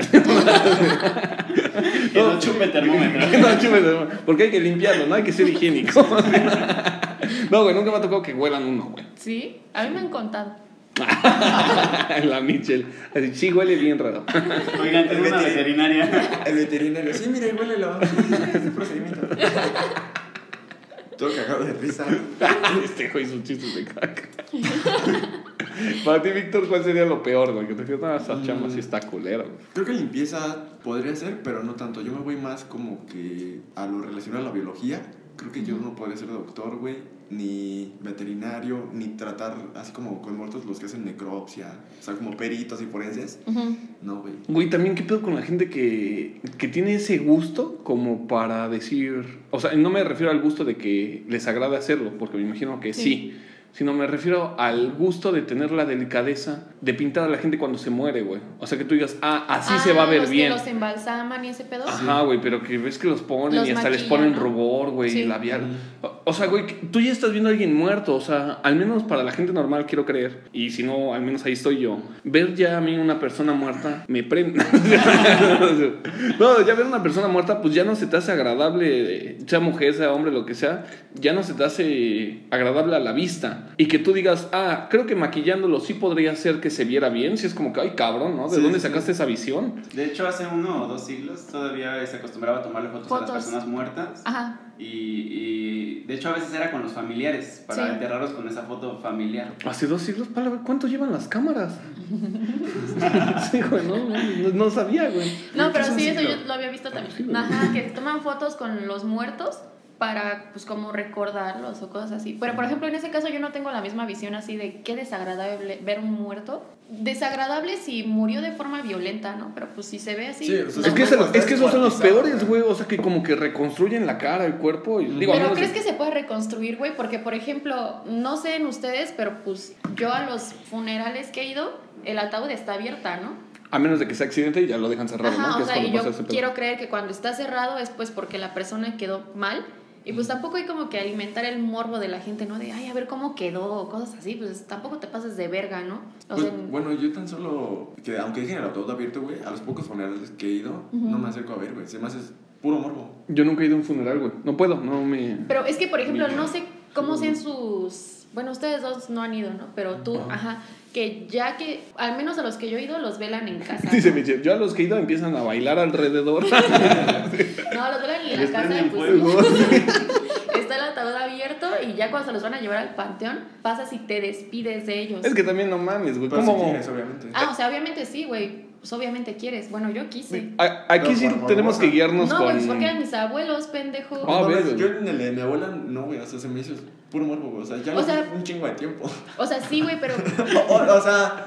Que no chupe termómetro. Que no chupe de- Porque hay que limpiarlo, ¿no? Hay que ser higiénico. No, güey, nunca me ha tocado que huelan uno, güey. Sí, a mí me han contado. La Michelle. Así, sí, huele bien raro. Oigan, tengo una veterinaria. El veterinario. Sí, mira, huélelo. Sí, sí, es un procedimiento. Todo cagado de risa. Este güey, sus chistes de caca. Para ti, Víctor, ¿cuál sería lo peor, güey? Que te digas, ah, esa chamba sí está culera, güey. Creo que limpieza podría ser, pero no tanto. Yo me voy más como que a lo relacionado a la biología. Creo que yo no podría ser doctor, güey, ni veterinario, ni tratar así como con muertos los que hacen necropsia, o sea, como peritos y forenses. Ujú. No, güey. Güey, también qué pedo con la gente que, que tiene ese gusto como para decir, o sea, no me refiero al gusto de que les agrade hacerlo, porque me imagino que sí. Sí. sino me refiero al gusto de tener la delicadeza de pintar a la gente cuando se muere, güey. O sea, que tú digas, ah, así se Ah, va a ver los bien. Que los embalsaman y ese pedo. Ajá, güey, pero que ves que los ponen Los y hasta les maquillan, ponen ¿no? rubor, güey, Sí. y labial. O- O sea, güey, que tú ya estás viendo a alguien muerto, o sea, al menos para la gente normal quiero creer, y si no, al menos ahí estoy yo. Ver ya a mí una persona muerta me prende. no, ya ver a una persona muerta, pues ya no se te hace agradable, eh, sea mujer, sea hombre, lo que sea, ya no se te hace agradable a la vista. Y que tú digas, ah, creo que maquillándolo sí podría ser que se viera bien, si es como que, ay, cabrón, ¿no? ¿De Sí, dónde sí. sacaste esa visión? De hecho, hace uno o dos siglos todavía se acostumbraba a tomarle fotos, a Fotos. las personas muertas. Ajá. Y, y, de hecho a veces era con los familiares, para Sí. enterrarlos con esa foto familiar. Hace dos siglos, para ver cuánto llevan las cámaras. Sí, güey, no, no, no sabía, güey. No, pero Entonces, sí, eso yo lo- lo había visto Ah, Sí, también. güey. Ajá, que se toman fotos con los muertos para, pues, como recordarlos o cosas así. Pero, por ejemplo, en ese caso yo no tengo la misma visión así de qué desagradable ver un muerto. Desagradable si murió de forma violenta, ¿no? Pero, pues, si se ve así... Sí, o sea, no. Es que, eso- es que esos son los Descuartizado, peores, güey. O sea, que como que reconstruyen la cara, el cuerpo. Y, digo, a pero menos crees de- que se puede reconstruir, güey, porque por ejemplo, no sé en ustedes, pero pues yo a los funerales que he ido, el ataúd está abierta, ¿no? A menos de que sea accidente y ya lo dejan cerrado, Ajá, ¿no? Que es o sea, cuando y pasa ese yo pedo. quiero creer que cuando está cerrado es pues porque la persona quedó mal. Y pues tampoco hay como que alimentar el morbo de la gente, ¿no? De, ay, a ver cómo quedó, o cosas así. Pues tampoco te pases de verga, ¿no? O Pues, sea, bueno, yo tan solo, que aunque dejen el autobús abierto, güey, a los pocos funerales que he ido, Ujú. no me acerco a ver, güey. Se me hace puro morbo. Yo nunca he ido a un funeral, güey. No puedo, no me. Pero es que, por ejemplo, Mira. no sé cómo sean sus... Bueno, ustedes dos no han ido, ¿no? Pero tú, Ajá. ajá, que ya que, al menos a los que yo he ido, los velan en casa. Dice Michelle, yo a los que he ido empiezan a bailar alrededor. No, los velan en Les la casa y prenden pues fuego. está el ataúd abierto y ya cuando se los van a llevar al panteón, pasas y te despides de ellos. es que también no mames, güey. Pero si Pues, ¿Cómo? quieres, obviamente. Ah, o sea, obviamente sí, güey. Pues obviamente quieres. Bueno, yo quise. A- aquí Pero sí por- por tenemos que borrar. guiarnos No, con. güey, pues porque eran mis abuelos, pendejo. Ah, No, ver, güey, güey. yo en el de mi abuela, no, güey, o sea, se me hizo puro morbo, güey. O sea, ya O lo sea- vi un chingo de tiempo. O sea, sí, güey, pero. O, o- o sea,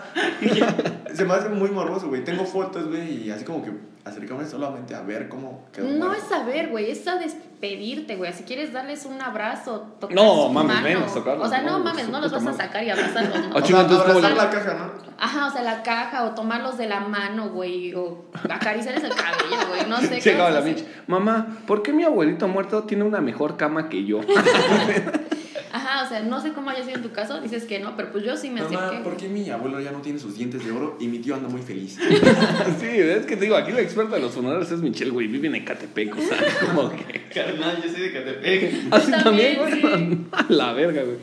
se me hace muy morboso, güey. Tengo fotos, güey, y así como que acercarme solamente a ver cómo quedó. No muerto. es saber, güey, es a despedirte, güey. Si quieres darles un abrazo, tocar No, su mames, mano. menos tocarlos, O sea, no, no, mames, su no los puta vas a madre. sacar y abrazarlos, ¿no? Ah, O chinga, sea, entonces, ¿cómo abrazar le- la caja, ¿no? Ajá, o sea, la caja, o tomarlos de la mano, güey, o acariciarles el cabello, güey, no sé. Llegaba la cosas así. Mitch. Mamá, ¿por qué mi abuelito muerto tiene una mejor cama que yo? Ajá, o sea, no sé cómo haya sido en tu caso, dices que no, pero pues yo sí me Mamá, acerqué. ¿por qué mi abuelo ya no tiene sus dientes de oro y mi tío anda muy feliz? Sí, es que te digo, aquí la experta de los funerales es Michelle, güey. Vive en Ecatepec, o sea, como que. Carnal, yo soy de Catepec. Así también, también, güey. sí. A la verga, güey.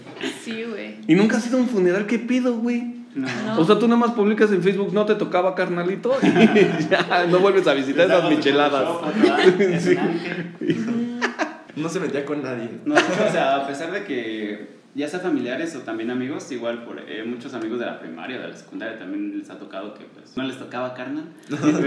Sí, güey. Y nunca has ido a un funeral, ¿qué pido, güey? No. No. O sea, tú nada más publicas en Facebook, no te tocaba carnalito y ya no vuelves a visitar esas micheladas. Sí. No se metía con nadie. No, o sea, a pesar de que ya sea familiares o también amigos, igual por eh, muchos amigos de la primaria, de la secundaria también les ha tocado que pues no les tocaba carne, pero,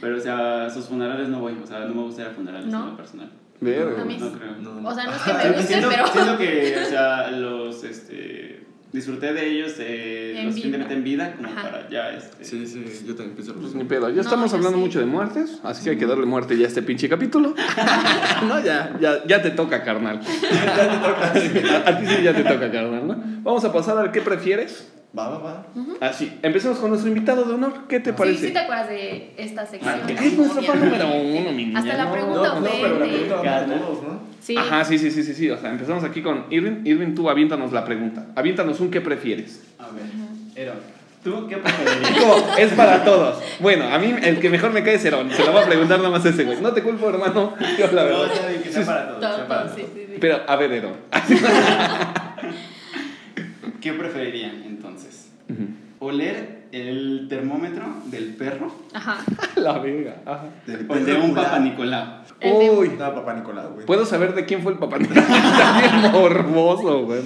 pero o sea, a sus funerales no voy, o sea, no me gusta ir a funerales ¿No? en lo personal. Verga. A mí güey. No sí. creo. No. O sea, no es que Pero me guste, siento, pero. siento que, o sea, los, este, disfruté de ellos, eh, En los vida. simplemente en vida, como Ajá. para ya, este, Sí, sí, yo también pienso lo Pues mismo. ni pedo. Ya No, estamos yo hablando sí. mucho de muertes, así que hay que darle muerte ya a este pinche capítulo. no, ya, ya, ya te toca, carnal. a, a ti sí ya te toca, carnal, ¿no? Vamos a pasar al qué prefieres. Va, va, va. Así, Ah, empecemos con nuestro invitado de honor. ¿Qué te Sí, parece? sí te acuerdas de esta sección. Ah, es nuestro fan número obviamente. uno, mi niña. Hasta la No, pregunta No, no, ofende. pero la pregunta va para Gana. todos, ¿no? Sí. Ajá, sí, sí, sí, sí, sí. O sea, empezamos aquí con Irving. Irving, tú aviéntanos la pregunta. Aviéntanos un qué prefieres. a ver, Ero, ¿tú qué preferirías? Como, es para todos. Bueno, a mí el que mejor me cae es Herón. Se lo voy a preguntar nada más a ese güey. No te culpo, hermano. Yo la No, verdad. está bien, que sea para todos, Todo, sea para todo, sí, todos. sí, sí. Pero, a ver, Herón. ¿Qué preferirían entonces? oler el termómetro del perro Ajá. La verga. Ajá. Del o el de un Nicolau. papá Nicolau. El de- Uy. Pues- No, papá Nicolau, güey. ¿Puedo saber de quién fue el papá? Está bien morboso, güey.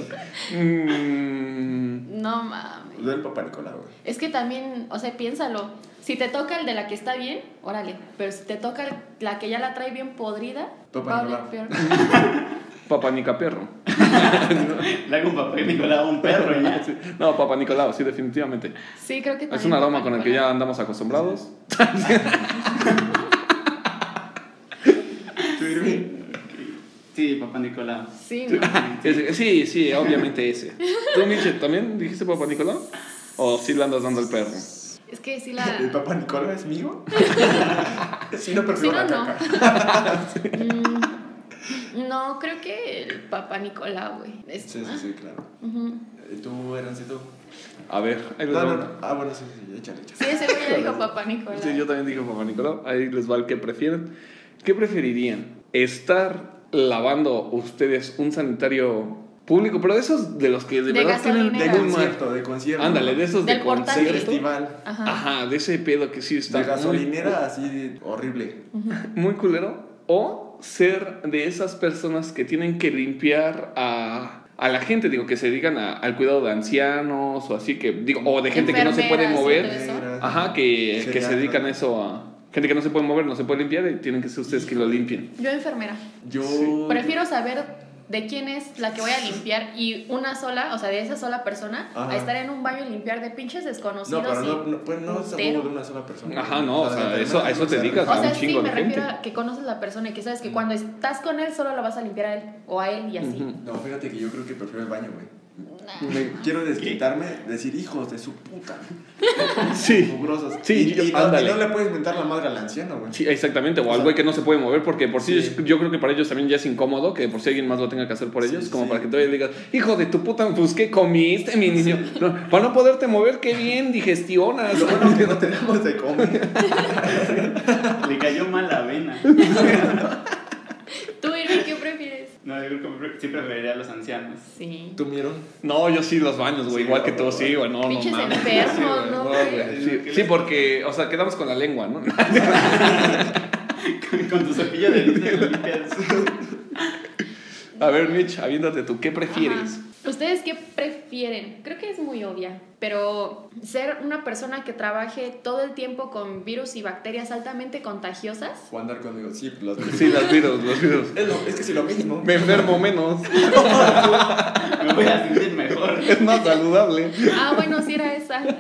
Mm, No mames. Del papá Nicolau, güey. Es que también, o sea, piénsalo. Si te toca el de la que está bien, órale. Pero si te toca el- la que ya la trae bien podrida, Topa va a Nicolau. oler peor. papá Nica Perro. Le hago un papá Nicolau a un perro y ya. No, papá Nicolau, sí, definitivamente. Sí, creo que Es también un aroma Topa con el que ya Nicolau. andamos acostumbrados. ¿Tú, Irving? Sí, papá Nicolau. Sí, no. Ese- Sí, sí, obviamente ese. ¿Tú, Nietzsche, también dijiste papá Nicolau? ¿O sí le andas dando el perro? Es que si ¿El la. papá Nicolau es mío? sí, no Si prefiero la no, no. caca. Mm, no, creo que el papá Nicolau, güey. Es- Sí, sí, sí, claro. Ujú. ¿Y ¿Tú, Erancito? A ver, ahí les No, va. no, no. Ah, bueno, sí, sí, échale, échale. Sí, ese güey ya dijo papá Nicolau. Sí, yo también dije papá Nicolau. Ahí les va el que prefieren. ¿Qué preferirían? ¿Estar lavando ustedes un sanitario público? Pero de esos de los que de, De verdad tienen De gasolinera. muy mal. concierto, de concierto. Ándale, de esos de Del portátil. De concierto. festival. Ajá. Ajá, de ese pedo que sí está De muy- gasolinera así horrible. muy culero o ser de esas personas que tienen que limpiar a, a la gente, digo, que se dedican a- al cuidado de ancianos o así que, digo, o de gente que no se puede Enfermeras, mover. entonces. ¿Eso? Negras. Ajá, que, que se Geriatra. dedican a eso a gente que no se puede mover, no se puede limpiar y tienen que ser ustedes que lo limpien. Yo enfermera. Yo. Prefiero saber de quién es la que voy a limpiar y una sola, o sea, de esa sola persona, Ajá. a estar en un baño y limpiar de pinches No, desconocidos. pero no, y- no, pues no es Putero. algo de una sola persona. Ajá, no, o sea, de eso- a verdad, eso no te se dedicas, arregla. a O sea, un sí, chingo de me refiero gente. a que conoces la persona y que sabes que cuando estás con él solo lo vas a limpiar a él o a él y así. Ujú. No, fíjate que yo creo que prefiero el baño, güey. Nah. Me- Quiero desquitarme, decir hijos de su puta. sí. Mugrosos. Sí, y, yo- y no, ándale. y no le puedes mentar la madre al anciano, güey. Sí, exactamente, o O al sea, güey que no se puede mover, porque por sí, sí. yo- yo creo que para ellos también ya es incómodo que por si alguien más lo tenga que hacer por Sí, ellos, como sí. para que tú le digas, hijo de tu puta, pues ¿qué comiste, mi niño? No, para no poderte mover, qué bien digestionas. Lo bueno es que no tenemos de comer. Le cayó mal la avena. ¿Tú, Irving, qué prefieres? No, yo creo que sí preferiría a los ancianos. Sí. ¿Tumieron? No, yo sí los baños, güey, Sí, igual que no, tú, no, sí, güey, no, no Pinches mames. enfermos, Sí, güey, ¿no, güey? güey? Sí, sí, porque, o sea, quedamos con la lengua, ¿no? Con, con tu cepillo de dientes lo limpias. A ver, Mitch, aviéntate tú, ¿qué prefieres? Ajá. ¿Ustedes qué prefieren? Creo que es muy obvia, pero ser una persona que trabaje todo el tiempo con virus y bacterias altamente contagiosas O andar conmigo. Sí, pues, las Sí, los virus, los virus. Es, lo- es que sí, lo mismo. Me enfermo menos, Me voy a sentir mejor. es más saludable. Ah, bueno, sí era esa. No,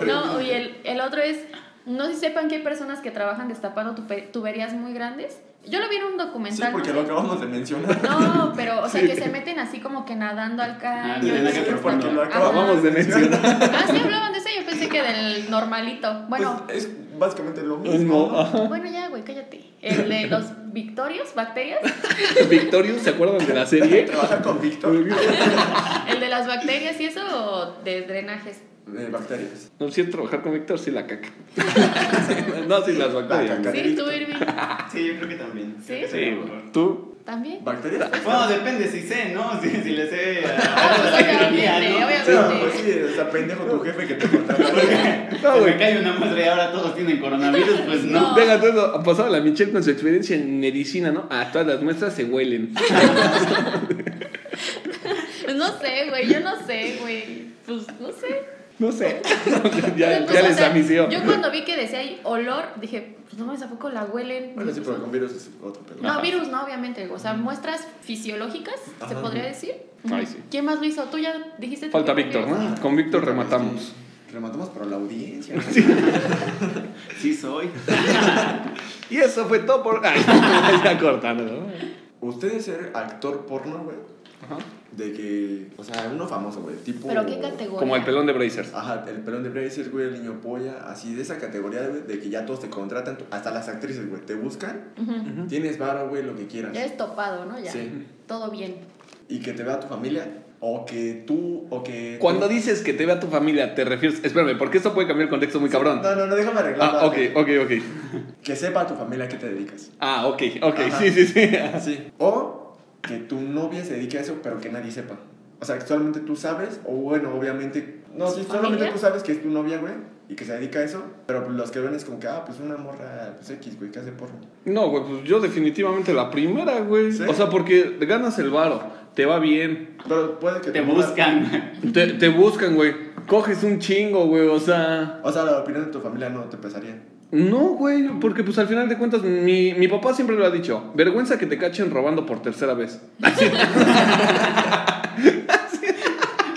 pero- No, y el, el otro es, no sé si sepan que hay personas que trabajan destapando tupe- tuberías muy grandes. Yo lo vi en un Sí, documental. porque no, lo sé. acabamos de mencionar. No, pero, o sea, que se meten así como que nadando al caño. Ah, y sí, así porque están- lo Ajá. Acabamos Ah, de mencionar. Ah, sí, hablaban de eso, yo pensé que del normalito. Bueno, Pues, es- básicamente lo Es mismo. mo- ah. ¿no? ajá. Bueno, ya, güey, cállate. El de los victorios, bacterias. Victorious, ¿se acuerdan de la serie? Trabajar con Víctor. Eh, El de las bacterias y eso o de drenajes. De bacterias. No si trabajar con Víctor, sí la caca. no, sí las La bacterias. caca. Sí, tú, Irving. Sí, yo creo que también. ¿Sí? Creo que Sí, sería mejor. güey. ¿Tú? También. ¿Bacterias? Bueno, depende si sé, ¿no? Si, si le sé a Ah, pues, a la economía, obviamente, ¿no? obviamente. Sí, pues sí, está pendejo tu jefe que te contaba. No, Si güey. me cae una madre y ahora todos tienen coronavirus, pues no. No. Venga, entonces, pasaba la Michelle con su experiencia en medicina, ¿no? Ah, todas las muestras se huelen. Pues no sé, güey, yo no sé, güey. Pues no sé. No sé. ya ya Pues, o les sea, amició. Yo cuando vi que decía ahí olor, dije, pues no mames, ¿a poco la huelen? Bueno, sí, pero con virus es otro pedo. Ah, No, virus no, obviamente. O sea, muestras fisiológicas, se Ajá. podría decir. Ay, sí. ¿Quién más lo hizo? Tú ya dijiste. Falta también Víctor, que- ¿no? Con Víctor rematamos. Rematamos por la audiencia. Sí soy. Y eso fue todo por. Ay, ya cortándolo. ¿Ustedes ser actor porno, güey? Ajá. De que, o sea, uno famoso, güey, tipo... Pero qué categoría. Como el pelón de Brazers. Ajá, el pelón de Brazers, güey, el niño polla, así de esa categoría, güey, de que ya todos te contratan, hasta las actrices, güey, te buscan, Ujú. tienes varo, güey, lo que quieras. Ya es topado, ¿no? Ya. Sí. Todo bien. Y que te vea tu familia, o que tú, o que... Cuando dices que te vea tu familia, te refieres. Espérame, porque esto puede cambiar el contexto muy cabrón. No, no, no, déjame arreglar. Ah, nada, ok, güey. ok, ok. Que sepa tu familia a qué te dedicas. Ah, ok, ok. Ajá. Sí, sí, sí. Sí. O que tu novia se dedique a eso, pero que nadie sepa. O sea, que solamente tú sabes, o bueno, obviamente. No, sí, solamente familia? tú sabes que es tu novia, güey, y que se dedica a eso, pero los que ven es como que, ah, pues una morra, pues X, güey, que hace porno. No, güey, pues yo definitivamente la primera, güey. ¿Sí? O sea, porque ganas el varo, te va bien, Pero puede que Te tu morra- buscan. te, te buscan, güey. Coges un chingo, güey, o sea. O sea, la opinión de tu familia no te pesaría. No, güey, porque pues al final de cuentas, mi, mi papá siempre lo ha dicho: vergüenza que te cachen robando por tercera vez.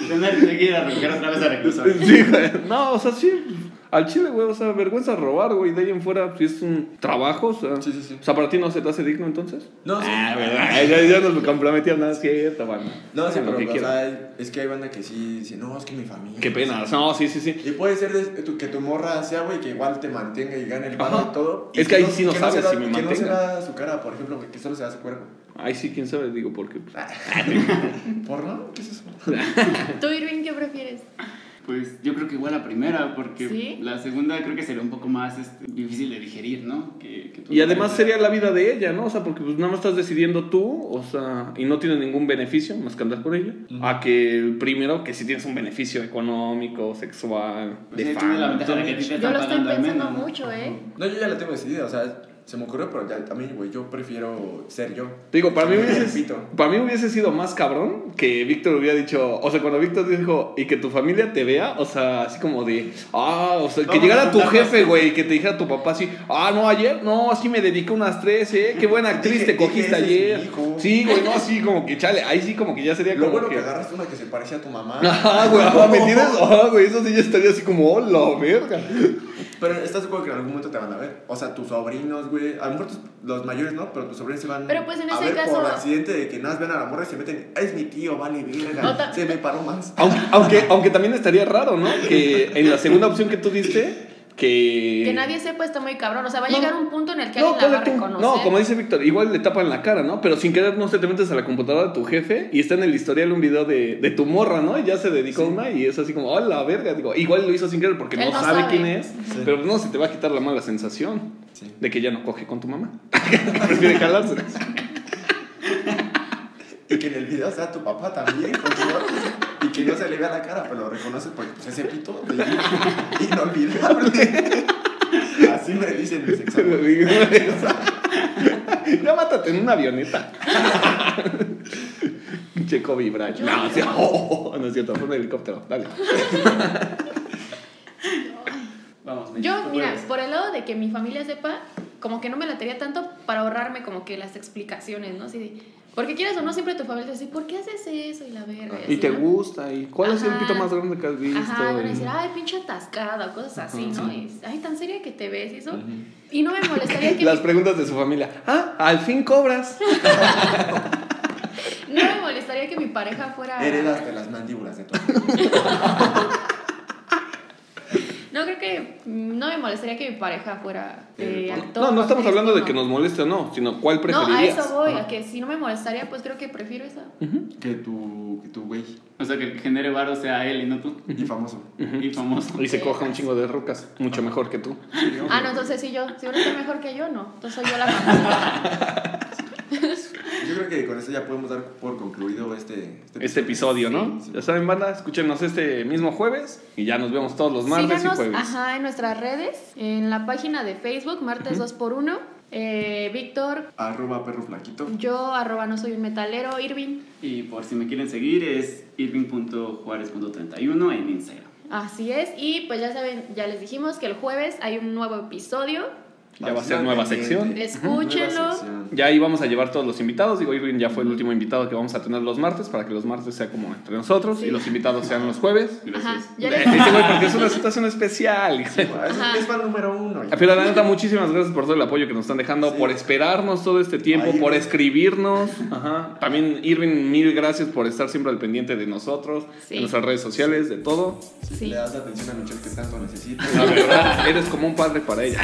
Tener que ir a arrancar otra vez a recluso. Sí, güey. No, o sea, sí. Al chile, güey, o sea, vergüenza robar, güey. De ahí en fuera, si es un trabajo, o sea. Sí, sí, sí. O sea, para ti no se te hace digno entonces. Ah, No, sí. Ay, ya, ya nos comprometían, nada, es cierto, bueno. No, sí, Lo pero, que o quieran. sea, es que hay banda que sí dice, no, es que mi familia. Qué pena, no, sí, sí, sí. Y puede ser de- tu- que tu morra sea, güey, que igual te mantenga y gane el palo Ajá. y todo. y Es que ahí sí no que sabes se si da- me Que no se mantenga. da su cara, por ejemplo, que- que solo se da su cuerpo. Ay, sí, quién sabe, digo, porque. pues, ¿Porno? ¿Qué es eso? ¿Tú, Irving, qué prefieres? Pues yo creo que igual la primera, porque ¿Sí? la segunda creo que sería un poco más este, difícil de digerir, ¿no? Que, que tu- Y además sería la vida de ella, ¿no? O sea, porque pues nada más estás decidiendo tú, o sea, y no tienes ningún beneficio más que andar por ella. A que el primero, que sí tienes un beneficio económico, sexual, Pues de ahí tiene la fama. ventaja de que a ti te Yo están lo estoy pagando al pensando menos, ¿no? mucho, ¿eh? No, yo ya la tengo decidida, o sea, se me ocurrió, pero ya también, güey, yo prefiero ser yo. Te digo, para mí, Yo me hubiese, repito. para mí hubiese sido más cabrón que Víctor hubiera dicho, o sea, cuando Víctor dijo, y que tu familia te vea, o sea, así como de, ah, o sea, que Vamos llegara a tu juntarnos. jefe, güey, y que te dijera tu papá así, ah, no, ayer, no, sí me dediqué unas tres, eh, qué buena actriz Dije- te dije, cogiste "Ese es mi ayer. hijo. Sí, güey, no, sí, como que chale, ahí sí como que ya sería Lo como bueno que... Ah. que agarraste una que se parecía a tu mamá. Ajá, güey, ajá, ¿me entiendes? Ajá, güey, eso sí ya estaría así como, oh, la verga. Pero estás seguro que en algún momento te van a ver. O sea, tus sobrinos, güey. A lo mejor tus- los mayores, ¿no? Pero tus sobrinos se van Pero, pues, en a ese ver caso- por accidente de que nada más ven a la morra y se meten. Es mi tío, vale, O verga. ta- Se me paró más. Aunque, aunque, aunque también estaría raro, ¿no? Que en la segunda opción que tú diste, que... Que nadie sepa está muy cabrón. O sea, va a No. llegar un punto en el que No, alguien la va a ponle tú. reconocer. No, como dice Víctor, igual le tapan la cara, ¿no? Pero sin querer, no sé, te metes a la computadora de tu jefe y está en el historial un video de, de tu morra, ¿no? Y ya se dedicó a una y es así como, hola, verga. Digo, igual lo hizo sin querer porque Él no, no sabe, sabe. quién es, Ujú. pero no, se te va a quitar la mala sensación Sí. de que ya no coge con tu mamá. Que Prefiere jalársela. Y que en el video sea tu papá también, por favor. Y que no se le vea la cara, pero lo reconoces porque pues, ese pito de inolvidable. Así me dicen mis exámenes. ya mátate en una avioneta. Checo vibra. No, o sea, oh, no es cierto, fue un helicóptero. Dale. Vamos, Mechi, Yo, tú mira, puedes. por el lado de que mi familia sepa, como que no me latería tanto para ahorrarme como que las explicaciones, ¿no? Así de, porque quieras o no, siempre tu familia te va a decir, ¿por qué haces eso? Y la verga. Ah, Y así, te ¿no? gusta, y cuál es el Ajá. pito más grande que has visto. Ajá, y van a Y- decir, ay, pinche atascada o cosas así, ¿no? Y, ay, tan seria que te ves y eso. Y no me molestaría que Las mi- preguntas de su familia. Ah, al fin cobras. no me molestaría que mi pareja fuera Heredas de las mandíbulas de tu No No, creo que mm, no me molestaría que mi pareja fuera Eh, eh, por- actor. No, no estamos actriz, hablando de no. que nos moleste o no, sino cuál No, a preferirías. eso voy, Ajá. a que si no me molestaría, pues creo que prefiero esa. Que tu, que tu güey O sea, que el que genere varo sea él y no tú. y famoso. Y famoso. Y se coja un chingo de rucas, mucho mejor que tú. Sí, Ah, obvio. no, entonces sí, yo, seguro está mejor que yo, no. Entonces soy yo la mamá. Yo creo que con eso ya podemos dar por concluido este, Este episodio, ¿no? Sí, sí. Ya saben, banda, escúchenos este mismo jueves y ya nos vemos todos los martes y Síganos, jueves. ajá, en nuestras redes, en la página de Facebook, martes 2x1. Eh, Víctor, Arroba perro flaquito. yo, arroba no soy un metalero, Irving. Y por si me quieren seguir es irving.juárez.31 en Instagram. Así es, y pues ya saben, ya les dijimos que el jueves hay un nuevo episodio. Ya va a ser nueva sección. Escúchenlo. Nueva sección. Ya ahí vamos a llevar todos los invitados. Digo, Irving ya fue el último invitado que vamos a tener los martes para que los martes sea como entre nosotros Sí. y los invitados sean los jueves. Gracias. Ajá, ya Eh, les- Dice, güey, porque es una situación especial. Ah, es- Ajá. Es fan número uno. ya. Pero la neta, muchísimas gracias por todo el apoyo que nos están dejando, Sí. por esperarnos todo este tiempo, Ahí, por güey. escribirnos. Ajá. También, Irving, mil gracias por estar siempre al pendiente de nosotros, Sí. de nuestras redes sociales, de todo. Sí. Le das la atención a Michelle que tanto necesita. La verdad, eres como un padre para ella.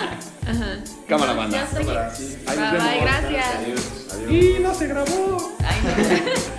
Ajá. Cámara, banda. Ya estoy- Cámara, sí. Ahí nos Bye, vemos. bye, gracias. Adiós. Adiós. Y no se grabó. Ay, no.